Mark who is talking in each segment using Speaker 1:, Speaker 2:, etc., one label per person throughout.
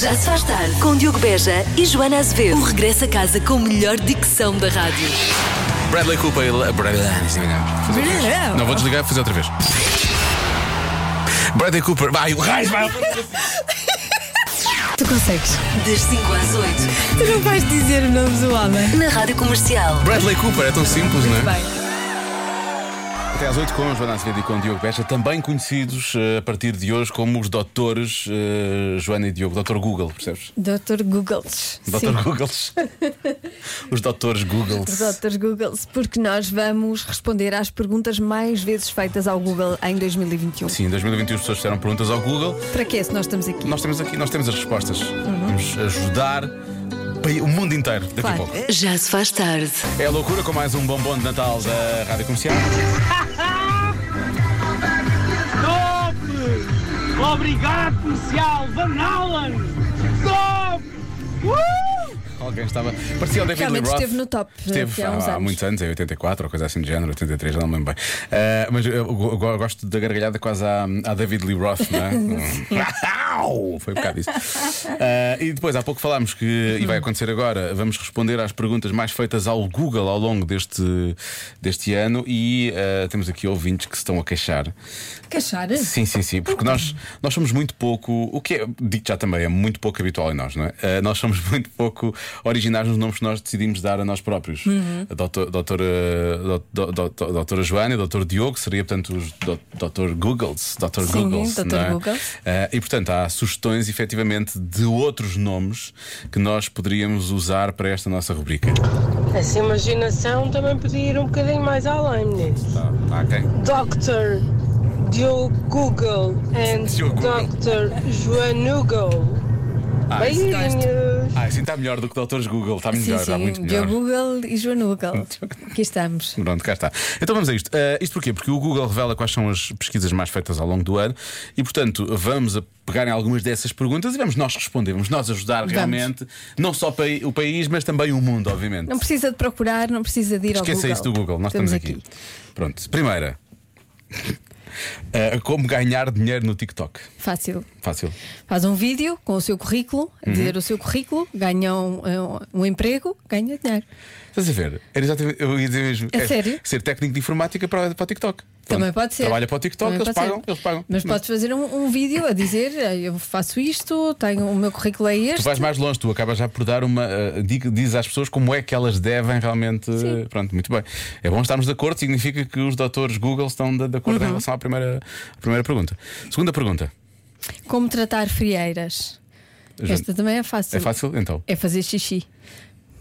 Speaker 1: Já se faz tarde com Diogo Beja e Joana Azevedo. O regresso a casa com a melhor dicção da rádio.
Speaker 2: Bradley Cooper e Le- Bradley- Ah, é Fazer outra vez.
Speaker 3: É.
Speaker 2: Não vou desligar, vou fazer outra vez. Bradley Cooper, vai, o raio, vai.
Speaker 3: Tu consegues.
Speaker 1: Das 5 às
Speaker 3: Tu não vais dizer o nome do homem.
Speaker 1: 8, na Rádio Comercial.
Speaker 2: Bradley Cooper, é tão simples, não é?
Speaker 3: Bem,
Speaker 2: Até às 8 com Joana Azevedo e com Diogo Beja, também conhecidos eh, a partir de hoje como os doutores eh, Joana e Diogo, doutor Google, percebes?
Speaker 3: Dr. Googles.
Speaker 2: Doutor Googles. os doutores Googles.
Speaker 3: Dr. Googles, porque nós vamos responder às perguntas mais vezes feitas ao Google em 2021.
Speaker 2: Sim, em 2021 as pessoas fizeram perguntas ao Google.
Speaker 3: Para que é se nós estamos aqui?
Speaker 2: Nós temos aqui, nós temos as respostas. Vamos ajudar pa- o mundo inteiro daqui a
Speaker 3: Uhum. Claro. Eh,
Speaker 2: pouco.
Speaker 1: Já se faz tarde.
Speaker 2: É a loucura com mais um bombom de Natal da Rádio Comercial.
Speaker 4: Top! Obrigado, policial Van Allen! Top! Uh!
Speaker 2: Alguém estava. Parecia o David
Speaker 3: Realmente
Speaker 2: Lee Roth.
Speaker 3: esteve no top, eh,
Speaker 2: Esteve
Speaker 3: aqui há uns
Speaker 2: há, há
Speaker 3: anos.
Speaker 2: muitos anos, em 84 ou coisa assim de género, 83, já não me lembro bem. Eh, mas eu, eu go- go- gosto da gargalhada quase à, à David Lee Roth, não é? Au! Foi um bocado isso. Eh, e depois, há pouco falámos que, e vai acontecer agora, vamos responder às perguntas mais feitas ao Google ao longo deste, deste ano e eh, temos aqui ouvintes que se estão a queixar.
Speaker 3: Cachar?
Speaker 2: Sim, sim, sim, porque nós, nós somos muito pouco, o que é, digo já também, é muito pouco habitual em nós, não é? Eh, nós somos muito pouco originais nos nomes que nós decidimos dar a nós próprios.
Speaker 3: Uhum.
Speaker 2: A doutor, doutora, dou- dou- dou- doutora Joana e o doutor Diogo seria, portanto, os dou- doutor Googles. Doutor
Speaker 3: Sim,
Speaker 2: Googles.
Speaker 3: doutor
Speaker 2: não é?
Speaker 3: Googles.
Speaker 2: Eh, e, portanto, há sugestões, efetivamente, de outros nomes que nós poderíamos usar para esta nossa rubrica.
Speaker 5: Essa imaginação também podia ir um bocadinho mais além, meninos.
Speaker 2: Tá, tá, ok.
Speaker 5: Dr. Diogo Google and
Speaker 2: Diogo Google.
Speaker 5: Dr. Joanugo.
Speaker 2: Ah, isso-
Speaker 5: Beijinhos!
Speaker 2: ah, assim está melhor do que doutores Google, está
Speaker 3: Sim,
Speaker 2: melhor, está muito
Speaker 3: sim.
Speaker 2: melhor.
Speaker 3: Diogo Google e Joana Google. Aqui estamos.
Speaker 2: Pronto, cá está. Então vamos a isto. Eh, isto porquê? Porque o Google revela quais são as pesquisas mais feitas ao longo do ano e, portanto, vamos a pegar em algumas dessas perguntas e vamos nós responder, vamos nós ajudar realmente, não só pai- o país, mas também o mundo, obviamente.
Speaker 3: Não precisa de procurar, não precisa de ir
Speaker 2: Esqueça
Speaker 3: ao Google.
Speaker 2: isso do Google, nós estamos, aqui. Pronto, primeira. Eh, como ganhar dinheiro no TikTok?
Speaker 3: Fácil.
Speaker 2: Fácil.
Speaker 3: Faz um vídeo com o seu currículo,
Speaker 2: Uhum.
Speaker 3: a dizer o seu currículo, ganha um, um emprego, ganha dinheiro.
Speaker 2: Estás a ver? Era exatamente, eu ia dizer mesmo.
Speaker 3: É
Speaker 2: é
Speaker 3: sério?
Speaker 2: Ser técnico de informática para, para o TikTok.
Speaker 3: Também
Speaker 2: Pronto,
Speaker 3: pode ser.
Speaker 2: Trabalha para o TikTok,
Speaker 3: Também
Speaker 2: eles
Speaker 3: pode ser.
Speaker 2: pagam, eles pagam.
Speaker 3: Mas podes fazer um, um vídeo a dizer: "Ah, eu faço isto, tenho, o meu currículo é
Speaker 2: Tu
Speaker 3: este.
Speaker 2: vais mais longe, tu acabas já por dar uma. eh, digo- dizes às pessoas como é que elas devem realmente. eh, Pronto, muito bem. É bom estarmos de acordo, significa que os doutores Google estão de, de acordo
Speaker 3: Uhum.
Speaker 2: em relação à primeira, à primeira pergunta. Segunda pergunta.
Speaker 3: Como tratar frieiras?
Speaker 2: Joana,
Speaker 3: Esta também é fácil.
Speaker 2: É fácil? Então.
Speaker 3: É fazer xixi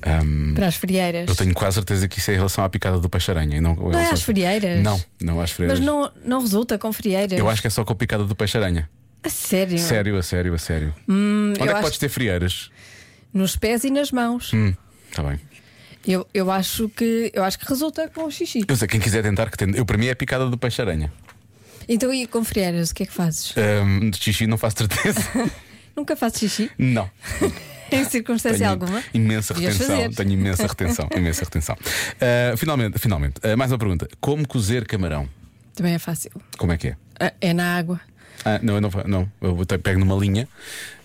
Speaker 2: Ahm,
Speaker 3: para as frieiras.
Speaker 2: eu tenho quase certeza que isso é em relação à picada do peixe-aranha. e Não,
Speaker 3: Não é às frieiras?
Speaker 2: Não, não às frieiras.
Speaker 3: Mas não, não resulta com frieiras.
Speaker 2: Eu acho que é só com a picada do peixe-aranha.
Speaker 3: A sério.
Speaker 2: Sério, a sério, a sério. Onde é que
Speaker 3: É. Hum, acho- Hum.
Speaker 2: podes ter frieiras?
Speaker 3: Nos pés e nas mãos.
Speaker 2: Hum. Está bem.
Speaker 3: Eu, eu, acho que, eu acho que resulta com xixi.
Speaker 2: Eu sei, quem quiser tentar, que tente. Eu, para mim é a picada do peixe-aranha.
Speaker 3: Então, e com frieiras, o que é que fazes?
Speaker 2: Ahm, de Hum, xixi não faço certeza.
Speaker 3: Nunca faço xixi?
Speaker 2: não.
Speaker 3: Em circunstância alguma?
Speaker 2: Imensa
Speaker 3: Devias
Speaker 2: retenção.
Speaker 3: fazer.
Speaker 2: Tenho imensa retenção. imensa retenção. Ah, finalmente, finalmente ah, mais uma pergunta. Como cozer camarão?
Speaker 3: Também é fácil.
Speaker 2: Como é que é?
Speaker 3: Ah, É na água.
Speaker 2: Ah, não, eu não, fa- não. Eu botei- pego numa linha,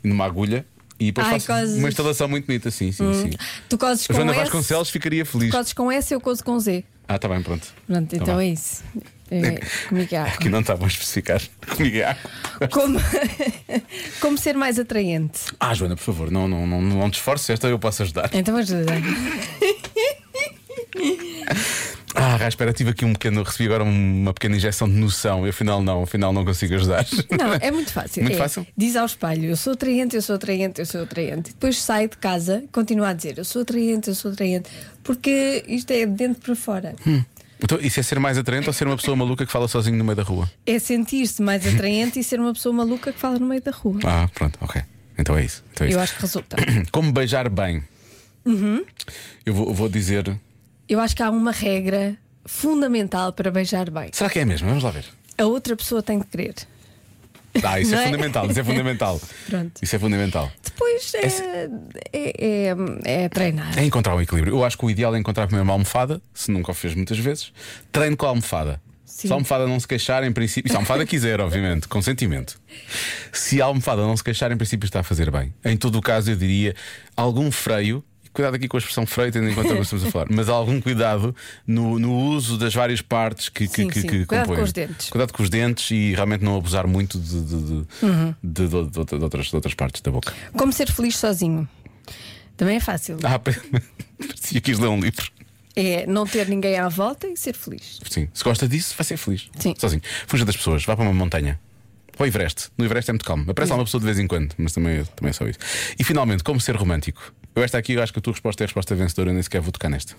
Speaker 2: numa agulha e depois
Speaker 3: Ai,
Speaker 2: faço
Speaker 3: cozes.
Speaker 2: uma instalação muito bonita. Sim, sim, sim.
Speaker 3: Tu cozes
Speaker 2: A
Speaker 3: com
Speaker 2: Joana
Speaker 3: S.
Speaker 2: Vasconcelos ficaria feliz.
Speaker 3: Cozes com S, eu cozo com Z.
Speaker 2: Ah, está bem, pronto.
Speaker 3: Pronto,
Speaker 2: Tá
Speaker 3: então
Speaker 2: bem.
Speaker 3: é isso. É, comigo é água.
Speaker 2: Aqui não estavam a especificar. Comigo é água.
Speaker 3: Como, como ser mais atraente?
Speaker 2: Ah, Joana, por favor, não, não, não, não te esforces, esta eu posso ajudar.
Speaker 3: Então ajuda.
Speaker 2: Ah, Rai, espera, tive aqui um pequeno. Recebi agora uma pequena injeção de noção. Eu, afinal, não, afinal, não consigo ajudar.
Speaker 3: Não, é muito fácil.
Speaker 2: Muito
Speaker 3: É,
Speaker 2: fácil?
Speaker 3: Diz ao espelho: Eu sou atraente, eu sou atraente, eu sou atraente. E Depois sai de casa, continua a dizer: Eu sou atraente, eu sou atraente. Porque isto é de dentro para fora.
Speaker 2: Então, isso é ser mais atraente ou ser uma pessoa maluca que fala sozinho no meio da rua?
Speaker 3: É sentir-se mais atraente e ser uma pessoa maluca que fala no meio da rua.
Speaker 2: Ah, pronto, ok. Então é isso. Então é
Speaker 3: Eu
Speaker 2: isso.
Speaker 3: acho Uhum. que resulta.
Speaker 2: Como beijar bem? Eu vou, vou dizer.
Speaker 3: Eu acho que há uma regra fundamental para beijar bem.
Speaker 2: Será que é mesmo? Vamos lá ver.
Speaker 3: A outra pessoa tem de querer.
Speaker 2: Ah, isso
Speaker 3: Não
Speaker 2: é
Speaker 3: é?
Speaker 2: fundamental, isso é fundamental.
Speaker 3: Pronto.
Speaker 2: Isso é fundamental.
Speaker 3: Depois é,
Speaker 2: Essa-
Speaker 3: é, é- é treinar.
Speaker 2: É encontrar um equilíbrio. Eu acho que o ideal é encontrar primeiro uma almofada, se nunca o fez muitas vezes. Treino com a almofada.
Speaker 3: Sim.
Speaker 2: Se a almofada não se queixar, em princípio. Se a almofada quiser, obviamente, consentimento. Se a almofada não se queixar, em princípio está a fazer bem. Em todo o caso, eu diria algum freio. Cuidado aqui com a expressão freio, tendo em conta o que estamos a falar, mas algum cuidado no, no uso das várias partes que, que,
Speaker 3: Sim,
Speaker 2: que,
Speaker 3: sim.
Speaker 2: que
Speaker 3: Cuidado
Speaker 2: compõem.
Speaker 3: com os dentes.
Speaker 2: Cuidado com os dentes e realmente não abusar muito de, de- de-
Speaker 3: Uhum.
Speaker 2: de- de- de- de- de outras, de outras partes da boca.
Speaker 3: Como ser feliz sozinho. Também é fácil.
Speaker 2: Ah, parecia que quis ler um livro.
Speaker 3: É não ter ninguém à volta e ser feliz.
Speaker 2: Sim. Se gosta disso, vai ser feliz.
Speaker 3: Sim.
Speaker 2: Sozinho. Fuja das pessoas, vá para uma montanha. Para o Everest. No Everest é muito calmo. Aparece lá uma pessoa de vez em quando, mas também, também é só isso. E finalmente, como ser romântico? Eu esta aqui, eu acho que a tua resposta é a resposta vencedora, eu nem sequer vou tocar nesta.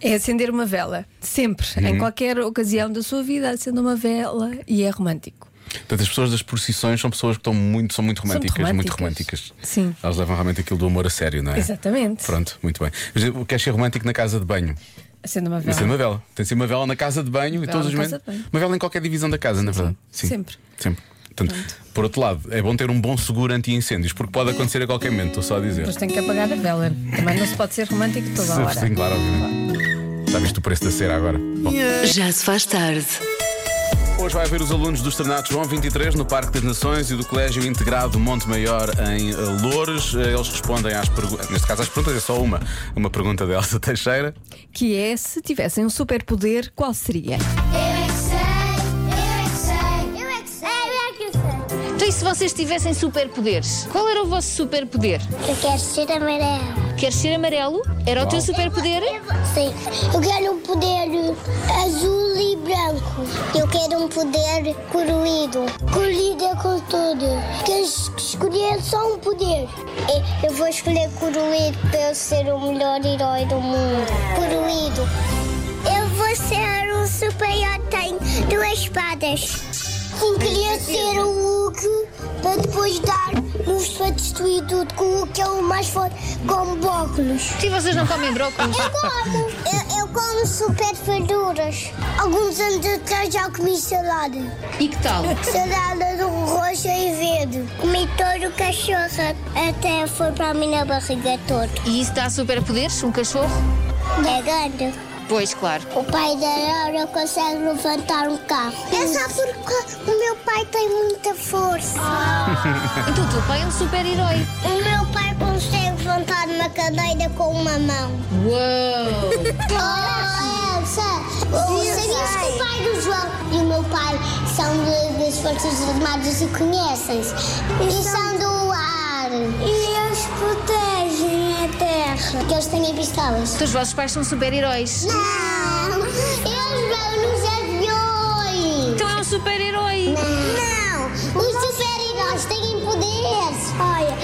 Speaker 3: É acender uma vela. Sempre,
Speaker 2: Uhum.
Speaker 3: em qualquer ocasião da sua vida, acenda uma vela e é romântico.
Speaker 2: Portanto, as pessoas das procissões são pessoas que estão muito, são muito românticas, muito
Speaker 3: românticas.
Speaker 2: românticas.
Speaker 3: Sim.
Speaker 2: Elas levam realmente aquilo do amor a sério, não é?
Speaker 3: Exatamente.
Speaker 2: Pronto, muito bem. Mas eu- Queres ser romântico na casa de banho?
Speaker 3: Acenda uma
Speaker 2: Tem
Speaker 3: vela.
Speaker 2: de ser uma vela. Tem de ser uma vela na casa de banho e
Speaker 3: Vela
Speaker 2: todos os
Speaker 3: na casa
Speaker 2: momentos.
Speaker 3: de banho.
Speaker 2: Uma vela em qualquer divisão da casa, na verdade.
Speaker 3: sim. Sempre.
Speaker 2: Sempre. Portanto, por outro lado, é bom ter um bom seguro anti-incêndios, porque pode acontecer a qualquer momento, estou só a dizer.
Speaker 3: Depois tem que apagar a vela. Também não se pode ser romântico toda a hora.
Speaker 2: Sim, claro, obviamente. Já viste o preço da cera agora? Bom.
Speaker 1: Já se faz tarde.
Speaker 2: Hoje vai haver os alunos do Externato João 23 no Parque das Nações e do Colégio Integrado Monte Maior em eh, Loures. Eh, Eles respondem às perguntas, neste caso às perguntas, é só uma, uma pergunta de Elsa Teixeira.
Speaker 3: Que é se tivessem um superpoder, qual seria?
Speaker 6: Eu é que sei, eu é que sei, eu é que sei, eu é que sei.
Speaker 7: Então, e se vocês tivessem superpoderes? Qual era o vosso superpoder?
Speaker 6: Eu quero ser amarelo.
Speaker 7: Queres ser amarelo? Era o teu superpoder?
Speaker 6: Sim. Eu quero um poder azul e branco. Eu quero um poder colorido. Colorido com tudo. Quero es- escolher só um poder. E- Eu vou escolher colorido para eu ser o melhor herói do mundo. Colorido. Eu vou ser um super-herói. Tenho duas espadas. Sim, queria ser o Hulk para depois dar moves para destruir tudo. Que o Hulk é o mais forte como óculos.
Speaker 7: Se vocês não comem brócolis.
Speaker 6: Eu como. Eu, eu como super verduras. Alguns anos atrás já comi salada.
Speaker 7: E que tal?
Speaker 6: Salada de roxa e verde. Comi todo o cachorro. Até foi para a minha barriga toda.
Speaker 7: E isso dá superpoderes? Um cachorro?
Speaker 6: É grande.
Speaker 7: Pois, claro.
Speaker 6: O pai da Laura consegue levantar um carro. É só porque o meu pai tem muita força.
Speaker 7: Então, o teu pai é um super-herói.
Speaker 6: O meu pai consegue levantar uma cadeira com uma mão.
Speaker 7: Uou!
Speaker 6: Oh, Elsa! Oh, sabias que o pai do João e o meu pai são de- das Forças Armadas e conhecem-se? E são do ar. E eles protegem a terra. Que eles têm pistolas.
Speaker 7: Então, os vossos pais são super-heróis.
Speaker 6: Não! Eles vão nos aviões.
Speaker 7: Então, é um super-herói.
Speaker 6: Não! Os super-heróis têm poderes. Olha,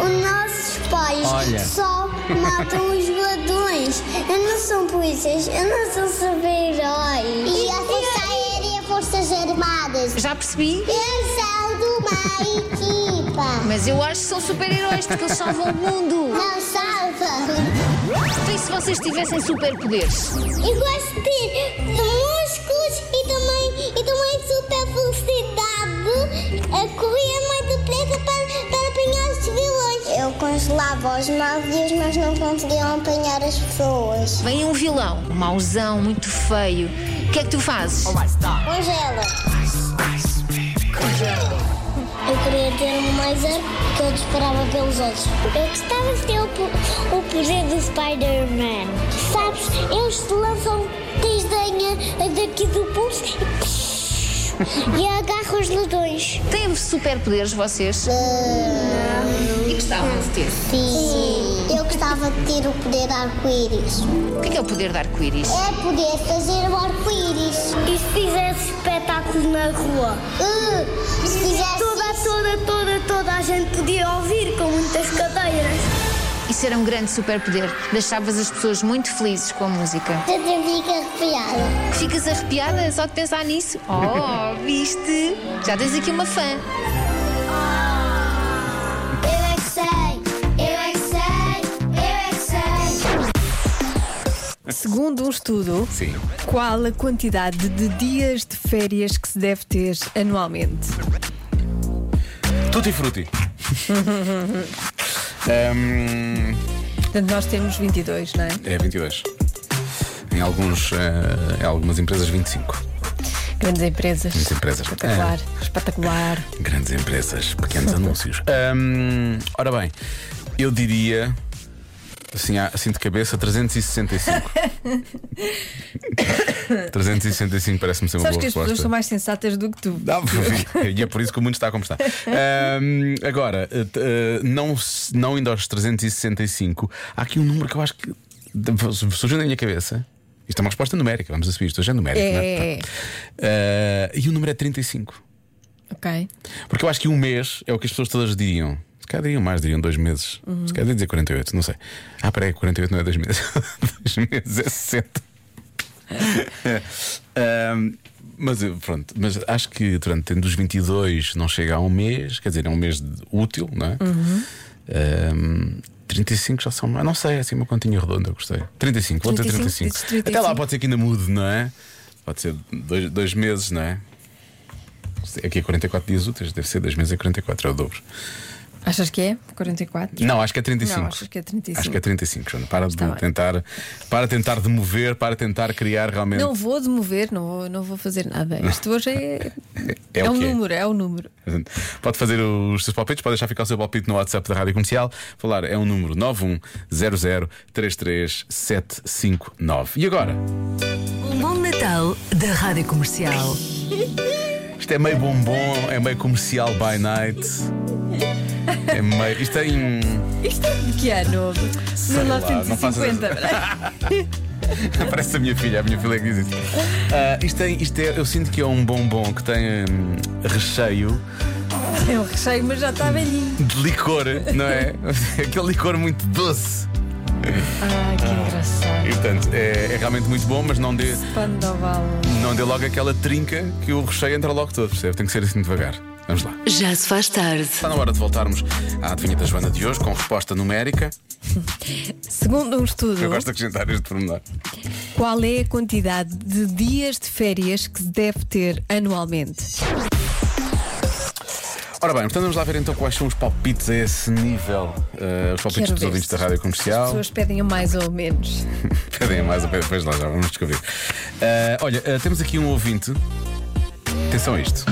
Speaker 6: os nossos pais
Speaker 2: Olha.
Speaker 6: só matam os ladrões. Eu não sou polícias, eu não sou super-herói. E a Força Aérea, Forças Armadas.
Speaker 7: Já percebi.
Speaker 6: Eu sou de uma equipa.
Speaker 7: Mas eu acho que são super-heróis porque eles salvam o mundo.
Speaker 6: Não salva.
Speaker 7: Então, e se vocês tivessem superpoderes?
Speaker 6: Eu gosto de ter músculos e também, e também super velocidade a correr mais depressa para, para apanhar os vilões. Eu congelava os navios, mas não conseguiam apanhar as pessoas.
Speaker 7: Vem um vilão, um mauzão, muito feio. O que é que tu fazes?
Speaker 6: Congela. Eu queria ter um laser que eu disparava pelos outros. Eu gostava de ter o, po- o poder do Spider-Man. Sabes, eles lançam desdenha daqui do pulso e, e agarram os ladrões.
Speaker 7: Têm superpoderes vocês? E gostavam de ter.
Speaker 6: Sim. Eu gostava de ter o poder arco-íris.
Speaker 7: O que é, que é o poder de arco-íris?
Speaker 6: É poder fazer o arco-íris. E se fizesse espetáculos na rua? se fizesse Uh, toda, toda, toda, toda a gente podia ouvir com muitas cadeiras.
Speaker 7: Isso era um grande superpoder. Deixavas as pessoas muito felizes com a música.
Speaker 6: Eu fica arrepiada.
Speaker 7: Ficas arrepiada só de pensar nisso? Oh, viste? Já tens aqui uma fã.
Speaker 6: Eu é que sei, eu é que sei, eu é que sei.
Speaker 3: Segundo um estudo,
Speaker 2: Sim.
Speaker 3: qual a quantidade de dias de férias que se deve ter anualmente?
Speaker 2: Tutti frutti. Hum,
Speaker 3: Portanto, nós temos 22, não é?
Speaker 2: é 22. Em, É. alguns, eh, em algumas empresas, 25.
Speaker 3: Grandes empresas.
Speaker 2: Grandes empresas.
Speaker 3: Espetacular. Espetacular.
Speaker 2: Grandes empresas, pequenos anúncios. Hum, ora bem, eu diria. Assim, a- assim de cabeça, 365. 365 parece-me ser uma
Speaker 3: Sabes
Speaker 2: boa
Speaker 3: que as pessoas
Speaker 2: resposta.
Speaker 3: são mais sensatas do que tu.
Speaker 2: Ah, e é por isso que o mundo está como está. Ahm, agora, eh, t- eh, não, se- não indo aos 365, há aqui um número que eu acho que de- surgiu na minha cabeça. Isto é uma resposta numérica, vamos assumir, isto hoje é numérico, não é?
Speaker 3: É.
Speaker 2: Ah, e o número é 35.
Speaker 3: Ok.
Speaker 2: Porque eu acho que um mês é o que as pessoas todas diriam. Se calhar diriam mais, diriam dois meses. Se calhar devia dizer 48, não sei. Ah, peraí, 48 não é dois meses. dois meses é 60. Ahm, mas eu, pronto, mas acho que durante tendo os 22 não chega a um mês, quer dizer, é um mês de- útil, não é?
Speaker 3: Uhum.
Speaker 2: Ahm, 35 já são, mais- não sei, é assim uma continha redonda, eu gostei. 35, vou dizer
Speaker 3: 35,
Speaker 2: 35.
Speaker 3: dizes
Speaker 2: Até lá
Speaker 3: 35.
Speaker 2: pode ser que ainda mude, não é? Pode ser dois, dois meses, não é? Aqui é 44 dias úteis, deve ser 2 meses e 44, é o dobro.
Speaker 3: Achas que é? 44?
Speaker 2: Não, acho que é 35.
Speaker 3: Não, achas que é 35.
Speaker 2: Acho que é 35, Joana. Para de
Speaker 3: bem.
Speaker 2: tentar, para tentar demover, para tentar criar realmente.
Speaker 3: Não vou demover, não vou, não vou fazer nada. Isto hoje é,
Speaker 2: É o
Speaker 3: um
Speaker 2: que é.
Speaker 3: número, é um número.
Speaker 2: Pode fazer os seus palpites, pode deixar ficar o seu palpite no WhatsApp da Rádio Comercial. Falar é o número 910033759. E agora?
Speaker 1: Um bom Natal da Rádio Comercial.
Speaker 2: Isto é meio bombom, é meio comercial by night. É um, meio. Isto tem.
Speaker 3: Isto é de que ano?
Speaker 2: Sei lá, não faças
Speaker 3: 1950.
Speaker 2: Parece a minha filha, a minha filha é que diz isso. Ah, isto, tem, isto é, eu sinto que é um bombom que tem hum, recheio assim.
Speaker 3: É um recheio, mas já está velhinho.
Speaker 2: de licor, não é? Aquele licor muito doce.
Speaker 3: Ai, que
Speaker 2: E
Speaker 3: engraçado.
Speaker 2: portanto, é, é realmente muito bom, mas não dê,
Speaker 3: Pandoval.
Speaker 2: não dê logo aquela trinca que o recheio entra logo todo, percebe? Tem que ser assim devagar. Vamos lá.
Speaker 1: Já se faz tarde.
Speaker 2: Está na hora de voltarmos à adivinha da Joana de hoje com resposta numérica.
Speaker 3: Segundo um estudo,
Speaker 2: Eu gosto de acrescentar este pormenor.
Speaker 3: qual é a quantidade de dias de férias que se deve ter anualmente?
Speaker 2: Ora bem, portanto vamos lá ver então quais são os palpites a esse nível. Ah, os palpites
Speaker 3: Quero
Speaker 2: dos
Speaker 3: ver
Speaker 2: ouvintes
Speaker 3: se
Speaker 2: da rádio
Speaker 3: As
Speaker 2: comercial.
Speaker 3: pessoas pedem a mais ou menos.
Speaker 2: Pedem mais, depois lá já vamos descobrir. Ah, olha, ah, temos aqui um ouvinte. Atenção a isto.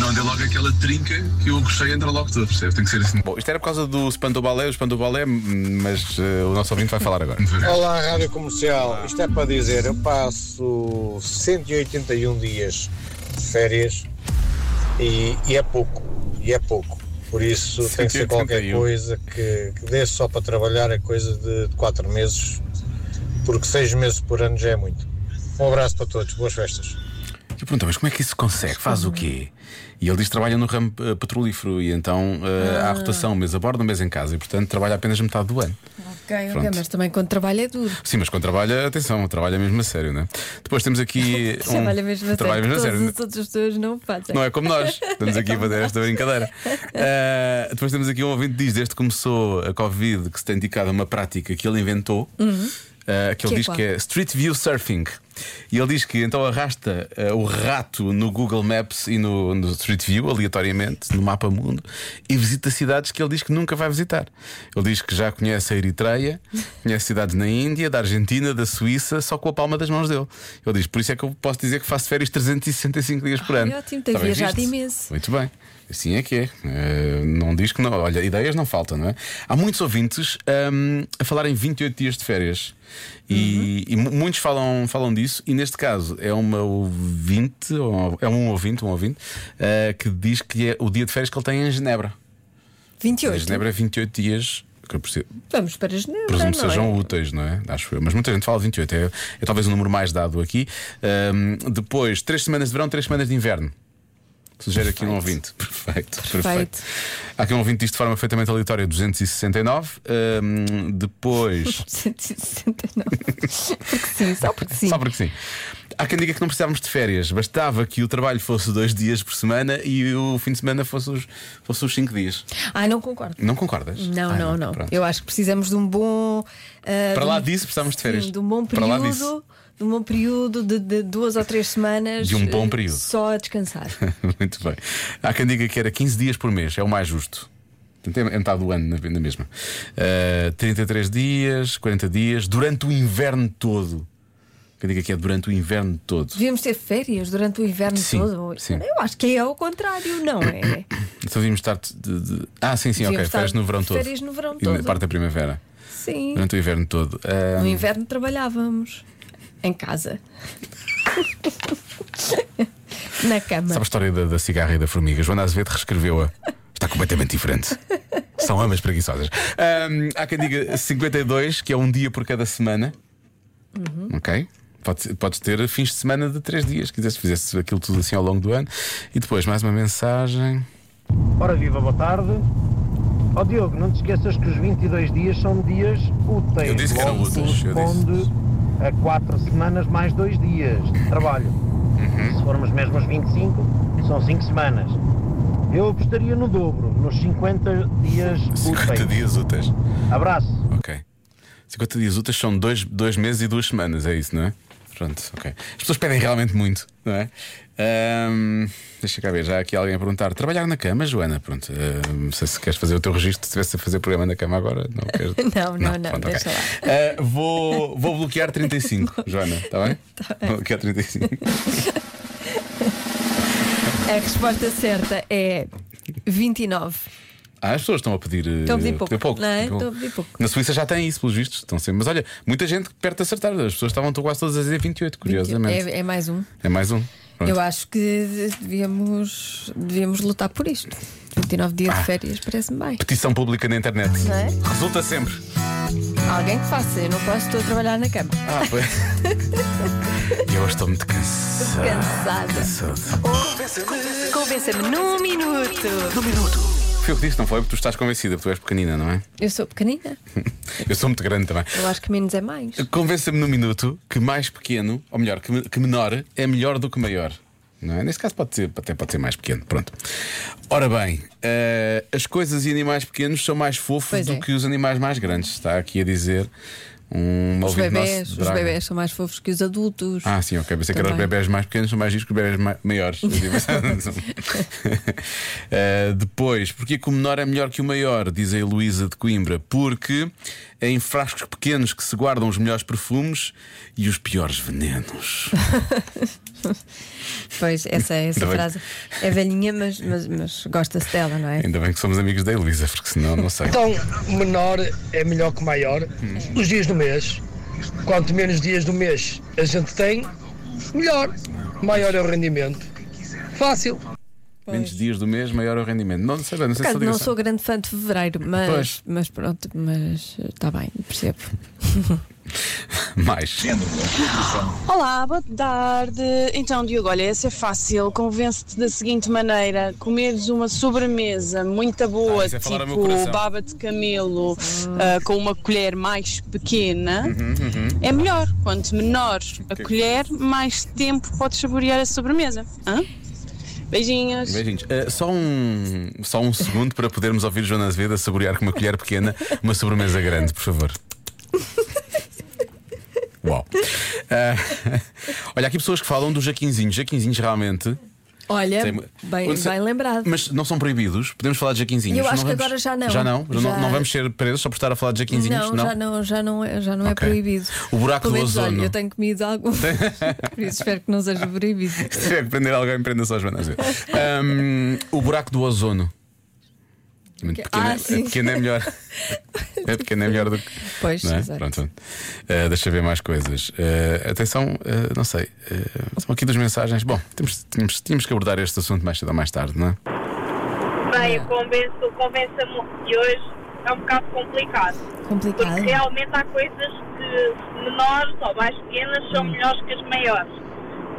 Speaker 2: Não dê logo aquela trinca que o recheio entra logo todo, percebe? Tem que ser assim. Bom, isto era por causa do Spando Balé, o Spando Balé, mas ah, o nosso ouvinte vai falar agora.
Speaker 8: Olá, Rádio Comercial. Isto é para dizer, eu passo 181 dias de férias e, e é pouco, e é pouco. Por isso tem que ser qualquer
Speaker 2: 181.
Speaker 8: coisa que, que dê só para trabalhar, é coisa de 4 meses, porque 6 meses por ano já é muito. Um abraço para todos, boas festas.
Speaker 2: E eu pergunto, mas como é que isso se consegue? Faz o quê? E ele diz que trabalha no ramo ah, petrolífero e então ah, há rotação, mês a bordo, mês em casa e portanto trabalha apenas metade do ano.
Speaker 3: Ok, ok,
Speaker 2: Pronto. Hum,
Speaker 3: mas também quando trabalho é duro.
Speaker 2: Sim, mas quando trabalha, atenção, trabalha mesmo a sério, né? Depois temos aqui. um-
Speaker 3: trabalho é mesmo a
Speaker 2: trabalha mesmo a
Speaker 3: sério.
Speaker 2: sério.
Speaker 3: Todas as outras pessoas não fazem.
Speaker 2: Não é como nós, estamos aqui a fazer esta brincadeira. Ah, depois temos aqui um ouvinte que diz: desde que começou a Covid, que se tem dedicado a uma prática que ele inventou, ah, que ele
Speaker 3: Que é
Speaker 2: diz
Speaker 3: qual?
Speaker 2: que é Street View Surfing. E ele diz que então arrasta ah, o rato no Google Maps e no, no Street View, aleatoriamente, no mapa mundo, e visita cidades que ele diz que nunca vai visitar. Ele diz que já conhece a Eritreia, conhece cidades na Índia, da Argentina, da Suíça, só com a palma das mãos dele. Ele diz: por isso é que eu posso dizer que faço férias 365 dias por
Speaker 3: Ai,
Speaker 2: ano.
Speaker 3: ótimo, tem
Speaker 2: Está bem
Speaker 3: viajado
Speaker 2: visto?
Speaker 3: imenso.
Speaker 2: Muito bem. Assim é que é. Eh, não diz que não. Olha, ideias não faltam, não é? Há muitos ouvintes hum, a falar em 28 dias de férias. E, e mu- muitos falam, falam disso. E neste caso é uma ouvinte, ou- é um ouvinte, um ouvinte, eh, que diz que é o dia de férias que ele tem em Genebra. Em
Speaker 3: 28.
Speaker 2: Genebra é 28 dias. Que eu percebo-
Speaker 3: Vamos para Genebra.
Speaker 2: presumo que
Speaker 3: não é?
Speaker 2: sejam úteis, não é? Acho eu. Mas muita gente fala 28, é, é talvez o número mais dado aqui. Ahm, depois, três semanas de verão, três semanas de inverno. Sugere aqui um ouvinte. Perfeito, perfeito.
Speaker 3: Perfeito.
Speaker 2: Há aqui um ouvinte que diz de forma perfeitamente aleatória 269. Ahm, depois.
Speaker 3: 169. porque sim, só porque sim.
Speaker 2: Só porque sim. Há quem diga que não precisávamos de férias, bastava que o trabalho fosse dois dias por semana e o fim de semana fosse os, fosse os cinco dias.
Speaker 3: Ai, Ah, não concordo.
Speaker 2: Não concordas?
Speaker 3: Não,
Speaker 2: Ah,
Speaker 3: não, não.
Speaker 2: Pronto.
Speaker 3: Eu acho que precisamos de um bom. ah,
Speaker 2: Para
Speaker 3: de
Speaker 2: lá
Speaker 3: um-
Speaker 2: disso, precisamos de férias.
Speaker 3: Sim, de um bom
Speaker 2: Para
Speaker 3: período.
Speaker 2: lá disso.
Speaker 3: De um bom período de, de duas ou três semanas.
Speaker 2: De um bom
Speaker 3: eh,
Speaker 2: período.
Speaker 3: Só a descansar.
Speaker 2: Muito bem. Há quem diga que era 15 dias por mês, é o mais justo. Portanto, é metade do ano na, na mesma. Eh, Ah, 33 dias, 40 dias, durante o inverno todo. Que diga que é durante o inverno todo.
Speaker 3: Devíamos ter férias durante o inverno
Speaker 2: Sim,
Speaker 3: todo.
Speaker 2: sim.
Speaker 3: Eu acho que é ao contrário, não é?
Speaker 2: Então devíamos estar. de- de- Ah, sim, sim,
Speaker 3: Devíamos
Speaker 2: ok.
Speaker 3: estar
Speaker 2: Férias no verão todo.
Speaker 3: férias no verão
Speaker 2: E
Speaker 3: todo.
Speaker 2: Parte da primavera.
Speaker 3: Sim.
Speaker 2: Durante o inverno todo. Ah,
Speaker 3: No inverno trabalhávamos em casa. Na cama.
Speaker 2: Sabe a história da, da cigarra e da formiga? Joana Azevedo reescreveu-a. Está completamente diferente. São ambas preguiçosas. Ahm, há quem diga 52, que é um dia por cada semana. Ok? Pode ser- Podes ter fins de semana de 3 dias, se quiseres, se fizesse aquilo tudo assim ao longo do ano. E depois, mais uma mensagem.
Speaker 9: Ora viva, boa tarde. Ó Diogo, não te esqueças que os 22 dias são dias úteis.
Speaker 2: Eu disse que eram
Speaker 9: logo
Speaker 2: úteis, eu
Speaker 9: corresponde a 4 semanas mais 2 dias de trabalho.
Speaker 2: Uhum.
Speaker 9: Se formos mesmo os 25, são 5 semanas. Eu apostaria no dobro, nos 50 dias
Speaker 2: 50
Speaker 9: úteis.
Speaker 2: dias úteis.
Speaker 9: Abraço.
Speaker 2: Ok. 50 dias úteis são dois, dois meses e duas semanas, é isso, não é? Pronto, ok. As pessoas pedem realmente muito, não é? Ahm, deixa cá ver, já há aqui alguém a perguntar: trabalhar na cama, Joana? Pronto, ahm, não sei se queres fazer o teu registro, se estivesse a fazer programa na cama agora, não queres?
Speaker 3: Não, não, não,
Speaker 2: pronto, ok.
Speaker 3: deixa lá.
Speaker 2: Ah, vou, vou bloquear 35, Joana, está bem?
Speaker 3: Tá
Speaker 2: Vou bloquear 35.
Speaker 3: A resposta certa é 29.
Speaker 2: Ah, as pessoas estão a pedir. eh,
Speaker 3: Estão a pedir pouco, não é?
Speaker 2: Então,
Speaker 3: Estão a pedir pouco.
Speaker 2: Na Suíça já tem isso, pelos vistos. Estão sempre. Mas olha, muita gente perto de acertar. As pessoas estavam quase todas a dizer 28, curiosamente.
Speaker 3: É, é mais um.
Speaker 2: É mais um. Pronto.
Speaker 3: Eu acho que devíamos, devíamos lutar por isto. 29 dias
Speaker 2: Ah.
Speaker 3: de férias parece-me bem.
Speaker 2: Petição pública na internet.
Speaker 3: Não é?
Speaker 2: Resulta sempre.
Speaker 3: Alguém que faça, eu não posso, estou a trabalhar na cama.
Speaker 2: Ah, pois. E eu estou muito cansado.
Speaker 3: Cansada.
Speaker 2: cansado.
Speaker 3: Convença-me num minuto.
Speaker 2: Foi o que disse, não foi? Porque tu estás convencida, porque tu és pequenina, não é?
Speaker 3: Eu sou pequenina,
Speaker 2: Eu sou muito grande também.
Speaker 3: eu acho que menos é mais.
Speaker 2: Convença-me num minuto que mais pequeno, ou melhor, que, me- que menor é melhor do que maior. Não é? Neste caso pode ser, até pode ser mais pequeno. Pronto. Ora bem, eh, as coisas e animais pequenos são mais fofos
Speaker 3: Pois
Speaker 2: do
Speaker 3: é.
Speaker 2: que os animais mais grandes. Está aqui a dizer um
Speaker 3: Os
Speaker 2: ouvinte nosso de
Speaker 3: bebés, os
Speaker 2: Braga.
Speaker 3: bebés são mais fofos que os adultos.
Speaker 2: Ah, sim, ok. Pensei que eram os
Speaker 3: Também.
Speaker 2: bebés mais pequenos, são mais giros que os bebés ma- maiores. Eu digo, são- Eh, depois, porque que o menor é melhor que o maior, diz a Heloísa de Coimbra? Porque é em frascos pequenos que se guardam os melhores perfumes e os piores venenos.
Speaker 3: Pois, essa, essa
Speaker 2: Ainda bem.
Speaker 3: frase é velhinha, mas, mas, mas gosta-se dela, não é?
Speaker 2: Ainda bem que somos amigos da Heloísa, porque senão não sei. Hum.
Speaker 10: Então, menor é melhor que maior. Os dias do mês, quanto menos dias do mês a gente tem, melhor. Maior é o rendimento. Fácil.
Speaker 2: Menos dias do mês, maior é o rendimento. Não sei, não sei se
Speaker 3: Por acaso, não
Speaker 2: ligação.
Speaker 3: sou grande fã de fevereiro,
Speaker 2: Pois.
Speaker 3: mas, mas pronto, mas está bem, percebo.
Speaker 2: Mais.
Speaker 5: Olá, boa tarde. Então, Diogo, olha, essa é fácil. Convence-te da seguinte maneira: comeres uma sobremesa muito boa,
Speaker 2: Ah, isso é falar ao meu
Speaker 5: tipo
Speaker 2: coração.
Speaker 5: baba de camelo, ah, com uma colher mais pequena,
Speaker 2: Uhum,
Speaker 5: é melhor. Quanto menor a colher, mais tempo podes saborear a sobremesa. Hã? Beijinhos.
Speaker 2: Beijinhos. Eh, só, um, só um segundo para podermos ouvir Joana Azevedo a saborear com uma colher pequena uma sobremesa grande, por favor. Uau. Eh, olha, há aqui pessoas que falam dos jaquinzinhos. Jaquinzinhos realmente.
Speaker 3: Olha,
Speaker 2: Tem-
Speaker 3: bem,
Speaker 2: Onde se-
Speaker 3: bem lembrado.
Speaker 2: Mas não são proibidos. Podemos falar de jaquinzinhos.
Speaker 3: Eu acho
Speaker 2: Não
Speaker 3: que
Speaker 2: vamos-
Speaker 3: agora já não.
Speaker 2: Já não? Já não-
Speaker 3: Já-
Speaker 2: Não vamos ser presos só por estar a falar de jaquinzinhos?
Speaker 3: não, já não, já não é, já não é
Speaker 2: Ok.
Speaker 3: proibido.
Speaker 2: O buraco
Speaker 3: Pelo
Speaker 2: do
Speaker 3: menos,
Speaker 2: ozono.
Speaker 3: Olha, eu tenho comido algum, por isso espero que não seja proibido.
Speaker 2: Se tiver que prender alguém, prenda só a Joana Azevedo. Ahm, o buraco do ozono. Muito pequeno,
Speaker 3: Ah,
Speaker 2: é-
Speaker 3: sim.
Speaker 2: é pequeno é melhor. É pequeno é melhor do que.
Speaker 3: Pois,
Speaker 2: não é?
Speaker 3: exato.
Speaker 2: Pronto, pronto. Ah, deixa eu ver mais coisas. Ah, atenção, ah, não sei. ah, são aqui duas mensagens. Bom, temos, tínhamos, tínhamos que abordar este assunto mais cedo ou mais tarde, não é?
Speaker 11: Bem, o convença-me de hoje é um bocado complicado.
Speaker 3: Complicado.
Speaker 11: Porque realmente há coisas que menores ou mais pequenas
Speaker 12: Hum.
Speaker 11: são melhores que as maiores.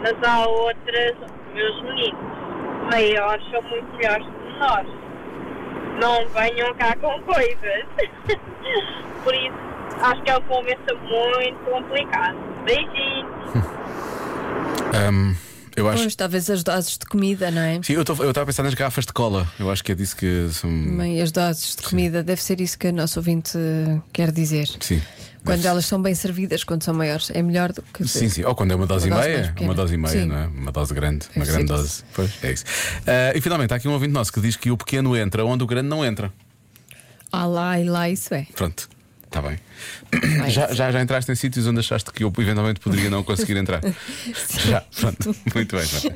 Speaker 11: Mas há outras, meus meninos, maiores são muito melhores que menores. Não venham cá com coisas. Por isso, acho que é um convença muito complicado. Beijinhos.
Speaker 2: Ahm, eu acho.
Speaker 3: Pois, talvez as doses de comida, não é?
Speaker 2: Sim, eu estava a pensar nas garrafas de cola. Eu acho que é disso que são.
Speaker 3: Bem, as doses de comida, deve ser isso que a nossa ouvinte eh, quer dizer.
Speaker 2: Sim.
Speaker 3: Quando
Speaker 2: Deve-
Speaker 3: elas são bem servidas, quando são maiores, é melhor do que.
Speaker 2: Sim, sim. Ou quando é uma dose,
Speaker 3: Uma
Speaker 2: e
Speaker 3: dose mais
Speaker 2: meia.
Speaker 3: pequena.
Speaker 2: Uma dose e meia,
Speaker 3: Sim.
Speaker 2: não é? Uma dose grande.
Speaker 3: Deve
Speaker 2: uma
Speaker 3: ser
Speaker 2: grande
Speaker 3: isso.
Speaker 2: dose. Pois, é isso. Ah, e finalmente, há aqui um ouvinte nosso que diz que o pequeno entra onde o grande não entra.
Speaker 3: Ah lá e lá, isso é.
Speaker 2: Pronto. Está bem. Já, já, já entraste em sítios onde achaste que eu eventualmente poderia não conseguir entrar. Já, pronto. Muito bem. Joana.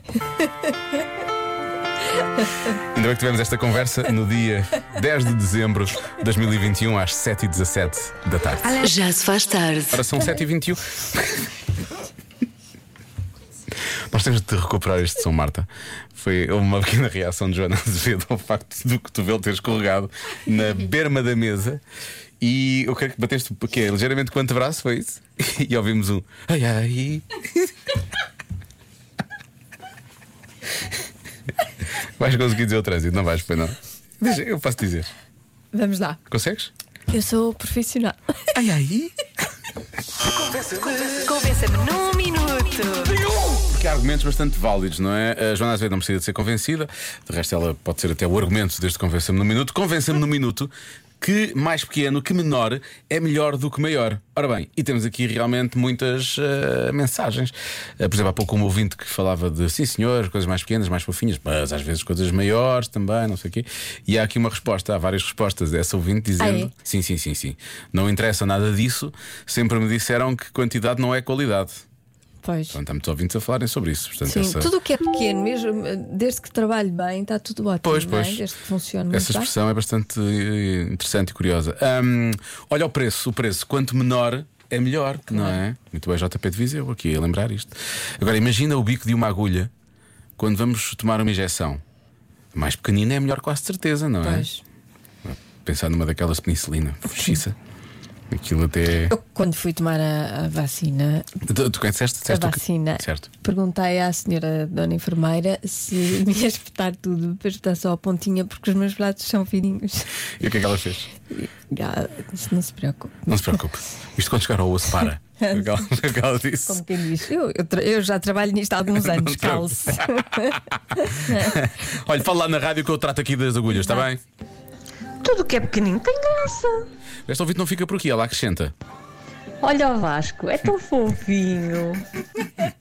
Speaker 2: Ainda bem que tivemos esta conversa no dia 10 de dezembro de 2021, às 7h17 da tarde.
Speaker 1: Já se faz tarde.
Speaker 2: Ora, são 7h21. Nós temos de recuperar este som, Marta. Foi uma pequena reação de Joana Azevedo ao facto do cotovelo ter escorregado na berma da mesa. E eu creio que bateste o quê? ligeiramente com o antebraço, foi isso? E ouvimos um ai ai. Vais conseguir dizer o trânsito, não vais, pois não? Deixa, eu posso dizer.
Speaker 3: Vamos lá.
Speaker 2: Consegues?
Speaker 3: Eu sou profissional.
Speaker 2: Ai, ai.
Speaker 1: Convença-me num minuto.
Speaker 2: Porque há argumentos bastante válidos, não é? A Joana Azevedo não precisa de ser convencida, de resto, ela pode ser até o argumento deste Convença-me no Minuto. Convença-me no Minuto que mais pequeno, que menor, é melhor do que maior. Ora bem, e temos aqui realmente muitas eh, mensagens. Eh, por exemplo, há pouco um ouvinte que falava de sim, senhor, coisas mais pequenas, mais fofinhas, mas às vezes coisas maiores também, não sei o quê. E há aqui uma resposta, há várias respostas dessa ouvinte dizendo:
Speaker 3: Ah, é?
Speaker 2: sim, sim, sim, sim. Não interessa nada disso, sempre me disseram que quantidade não é qualidade.
Speaker 3: Pois.
Speaker 2: Portanto, há muitos ouvintes a falarem sobre isso. Portanto,
Speaker 3: Sim,
Speaker 2: essa,
Speaker 3: tudo o que é pequeno, mesmo eh, desde que trabalhe bem, está tudo ótimo.
Speaker 2: Pois,
Speaker 3: não é?
Speaker 2: pois.
Speaker 3: Desde que funcione
Speaker 2: essa
Speaker 3: muito
Speaker 2: expressão é bastante eh, interessante e curiosa. Ahm, olha o preço, o preço. Quanto menor. É melhor, não é? Muito bem, JP de Viseu, aqui a lembrar isto. Agora, imagina o bico de uma agulha quando vamos tomar uma injeção. A Mais pequenina é melhor, com a certeza, não é?
Speaker 3: Pois.
Speaker 2: Pensar numa daquelas penicilina, fuxiça. Aquilo até.
Speaker 3: bem. Eu, quando fui tomar a, a vacina,
Speaker 2: Tu, tu conheceste? disseste o que-
Speaker 3: vacina.
Speaker 2: Certo.
Speaker 3: perguntei à senhora dona enfermeira se me ia espetar tudo para espetar só a pontinha, porque os meus braços são fininhos.
Speaker 2: E o que é que ela fez?
Speaker 3: Ah, isso não se preocupe.
Speaker 2: Não se preocupe. Isto quando chegar ao osso, para. Foi o que ela- foi o que ela disse.
Speaker 3: Como quem diz, eu, eu, tra- eu já trabalho nisto há alguns anos,
Speaker 2: te preocupes.
Speaker 3: calce.
Speaker 2: Olha, fala lá na rádio que eu trato aqui das agulhas, está bem?
Speaker 13: Tudo que é pequenino tem graça.
Speaker 2: Este ouvinte não fica por aqui, ela acrescenta.
Speaker 13: Olha o Vasco, é tão fofinho.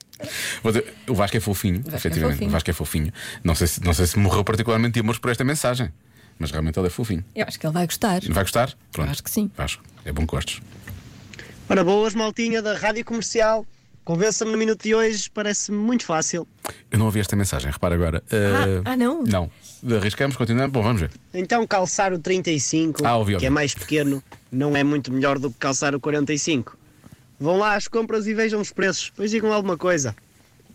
Speaker 2: Vou dizer, O Vasco é fofinho,
Speaker 13: Vasco é
Speaker 2: efetivamente.
Speaker 13: fofinho.
Speaker 2: O Vasco é fofinho. Não sei, se, não sei se morreu particularmente de amores por esta mensagem, mas realmente ele é fofinho.
Speaker 3: Eu acho que ele vai gostar.
Speaker 2: Vai gostar? Pronto. Acho que sim. Vasco, é bom que gostes.
Speaker 12: Ora, boas, maltinha da Rádio Comercial. Convença-me no minuto de hoje, parece-me muito fácil.
Speaker 2: Eu não ouvi esta mensagem, repara agora.
Speaker 12: Ah, ah, não?
Speaker 2: Não. Arriscamos, continuamos. Bom, vamos ver.
Speaker 12: Então, calçar o 35,
Speaker 2: Ah, ouvi, ouvi.
Speaker 12: que é mais pequeno, não é muito melhor do que calçar o 45. Vão lá às compras e vejam os preços, depois digam alguma coisa.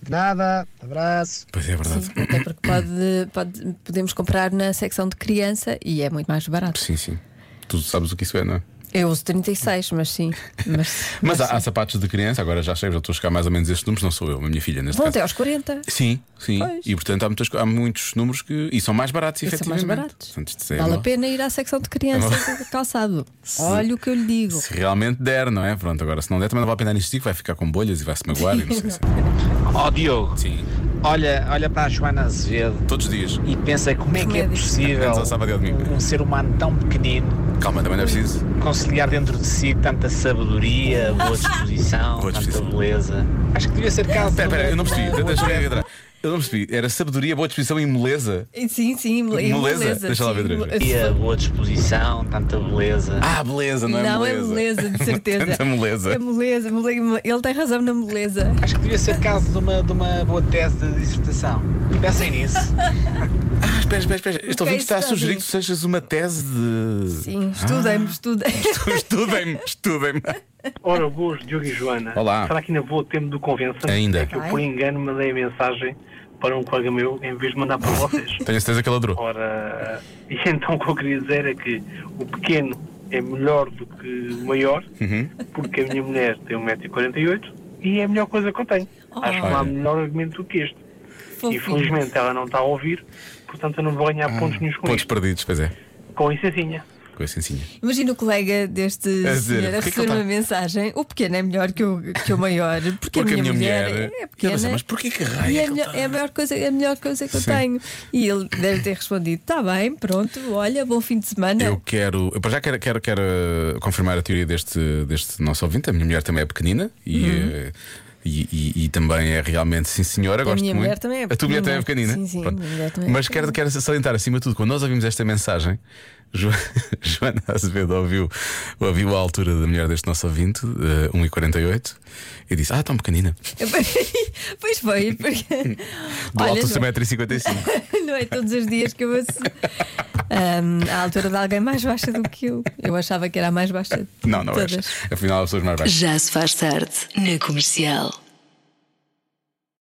Speaker 12: Nada, abraço.
Speaker 2: Pois é, verdade.
Speaker 3: Até porque pode, pode- podemos comprar na secção de criança e é muito mais barato.
Speaker 2: Sim, sim. Tu sabes o que isso é, não é?
Speaker 3: Eu uso 36, mas sim. Mas,
Speaker 2: Mas há, há sapatos de criança, agora já sei, já estou a chegar mais ou menos a estes números, não sou eu, a minha filha, neste
Speaker 3: vão
Speaker 2: caso.
Speaker 3: até aos 40.
Speaker 2: Sim, sim. E portanto há, muitas co- há muitos números que. E são mais baratos,
Speaker 3: E são mais
Speaker 2: efetivamente.
Speaker 3: baratos.
Speaker 2: Portanto, isto é
Speaker 3: Vale a
Speaker 2: uma-
Speaker 3: pena ir à secção de crianças de calçado. Olha o que eu lhe digo.
Speaker 2: Se realmente der, não é? Pronto, agora se não der, também não vale a pena insistir, que vai ficar com bolhas e vai se magoar e não sei se.
Speaker 14: Ó Diogo,
Speaker 2: Sim.
Speaker 14: olha, olha para a Joana Azevedo
Speaker 2: todos os dias
Speaker 14: e pensa como é que é possível
Speaker 2: Menos ao sábado e ao domingo.
Speaker 14: um ser humano tão pequenino
Speaker 2: Calma, também não é preciso
Speaker 14: conciliar dentro de si tanta sabedoria, boa disposição, tanta beleza. Acho que devia ser caso.
Speaker 2: Espera, espera, eu não percebi. De- Deixa eu
Speaker 3: é.
Speaker 2: ver atrás. Eu não percebi. Era sabedoria, boa disposição e moleza.
Speaker 3: E Sim, sim, mole- é
Speaker 2: Moleza?
Speaker 3: moleza,
Speaker 2: Deixa lá
Speaker 3: sim,
Speaker 2: ver outra vez.
Speaker 3: moleza.
Speaker 14: boa disposição, tanta beleza.
Speaker 2: Ah, beleza, não é
Speaker 3: Não, é
Speaker 2: moleza.
Speaker 3: moleza, de certeza.
Speaker 2: Tanta moleza.
Speaker 3: É moleza, mole- ele tem razão na moleza.
Speaker 14: Acho que devia ser caso de uma, de uma boa tese de dissertação. Pensem nisso.
Speaker 2: Ah, espera, espera, espera. Este
Speaker 3: Ok,
Speaker 2: ouvinte está a
Speaker 3: está
Speaker 2: sugerir
Speaker 3: bem.
Speaker 2: que tu sejas uma tese de.
Speaker 3: Sim, estudem-me, estudem.
Speaker 2: Estudem-me, estudem-me.
Speaker 15: Ora, boas, Diogo e Joana.
Speaker 2: Olá.
Speaker 15: Será que ainda vou a tempo do convença?
Speaker 2: Ainda.
Speaker 15: É que eu, por
Speaker 2: Vai.
Speaker 15: engano, mandei a mensagem para um colega meu em vez de mandar para vocês.
Speaker 2: Tenho a certeza que ele adorou.
Speaker 15: Ora, e então o que eu queria dizer é que o pequeno é melhor do que o maior,
Speaker 2: Uhum.
Speaker 15: porque a minha mulher tem 1,48m e é a melhor coisa que eu tenho. Acho que não há melhor argumento do que este.
Speaker 3: É
Speaker 15: E felizmente ela não está a ouvir, portanto eu não vou ganhar pontos nenhum com
Speaker 2: Pontos
Speaker 15: isto.
Speaker 2: perdidos, Ah, pois é.
Speaker 15: Com assim, né? licencinha.
Speaker 2: Com licencinha.
Speaker 3: Imagina o colega deste
Speaker 2: A dizer,
Speaker 3: senhor a
Speaker 2: "Porquê que tá-"
Speaker 3: receber
Speaker 2: ele
Speaker 3: uma mensagem. O pequeno é melhor que o, que o maior, porque, a minha mulher, é
Speaker 2: E ele
Speaker 3: pequena.
Speaker 2: pensa, mas porquê que raio?
Speaker 3: E
Speaker 2: é que
Speaker 3: é, a
Speaker 2: ele
Speaker 3: melhor- é a maior coisa, é a melhor coisa que
Speaker 2: Sim.
Speaker 3: eu tenho. E ele deve ter respondido: está bem, pronto, olha, bom fim de semana.
Speaker 2: Eu quero. Eu para já quero, quero, quero eh, confirmar a teoria deste, deste nosso ouvinte. A minha mulher também é pequenina e.
Speaker 3: Uhum.
Speaker 2: eh, E, e- e também é realmente, sim senhora,
Speaker 3: A
Speaker 2: gosto
Speaker 3: minha
Speaker 2: muito.
Speaker 3: mulher também é
Speaker 2: A tua mulher também é
Speaker 3: pequenina.
Speaker 2: pequenina.
Speaker 3: Sim, sim, a minha mulher também é
Speaker 2: Mas quero, quero salientar, acima de tudo, quando nós ouvimos esta mensagem, Jo- Joana Azevedo ouviu, ouviu a altura da mulher deste nosso ouvinte, eh, 1,48, e disse: Ah, tão pequenina.
Speaker 3: pois foi, porque.
Speaker 2: Do
Speaker 3: Olha,
Speaker 2: alto do
Speaker 3: João.
Speaker 2: seu metro e 55.
Speaker 3: não é todos os dias que eu ouço ahm, à altura de alguém mais baixa do que eu. Eu achava que era a mais baixa. de
Speaker 2: Não, não é.
Speaker 3: todas.
Speaker 2: Afinal, as pessoas mais baixas.
Speaker 1: Já se faz tarde na comercial.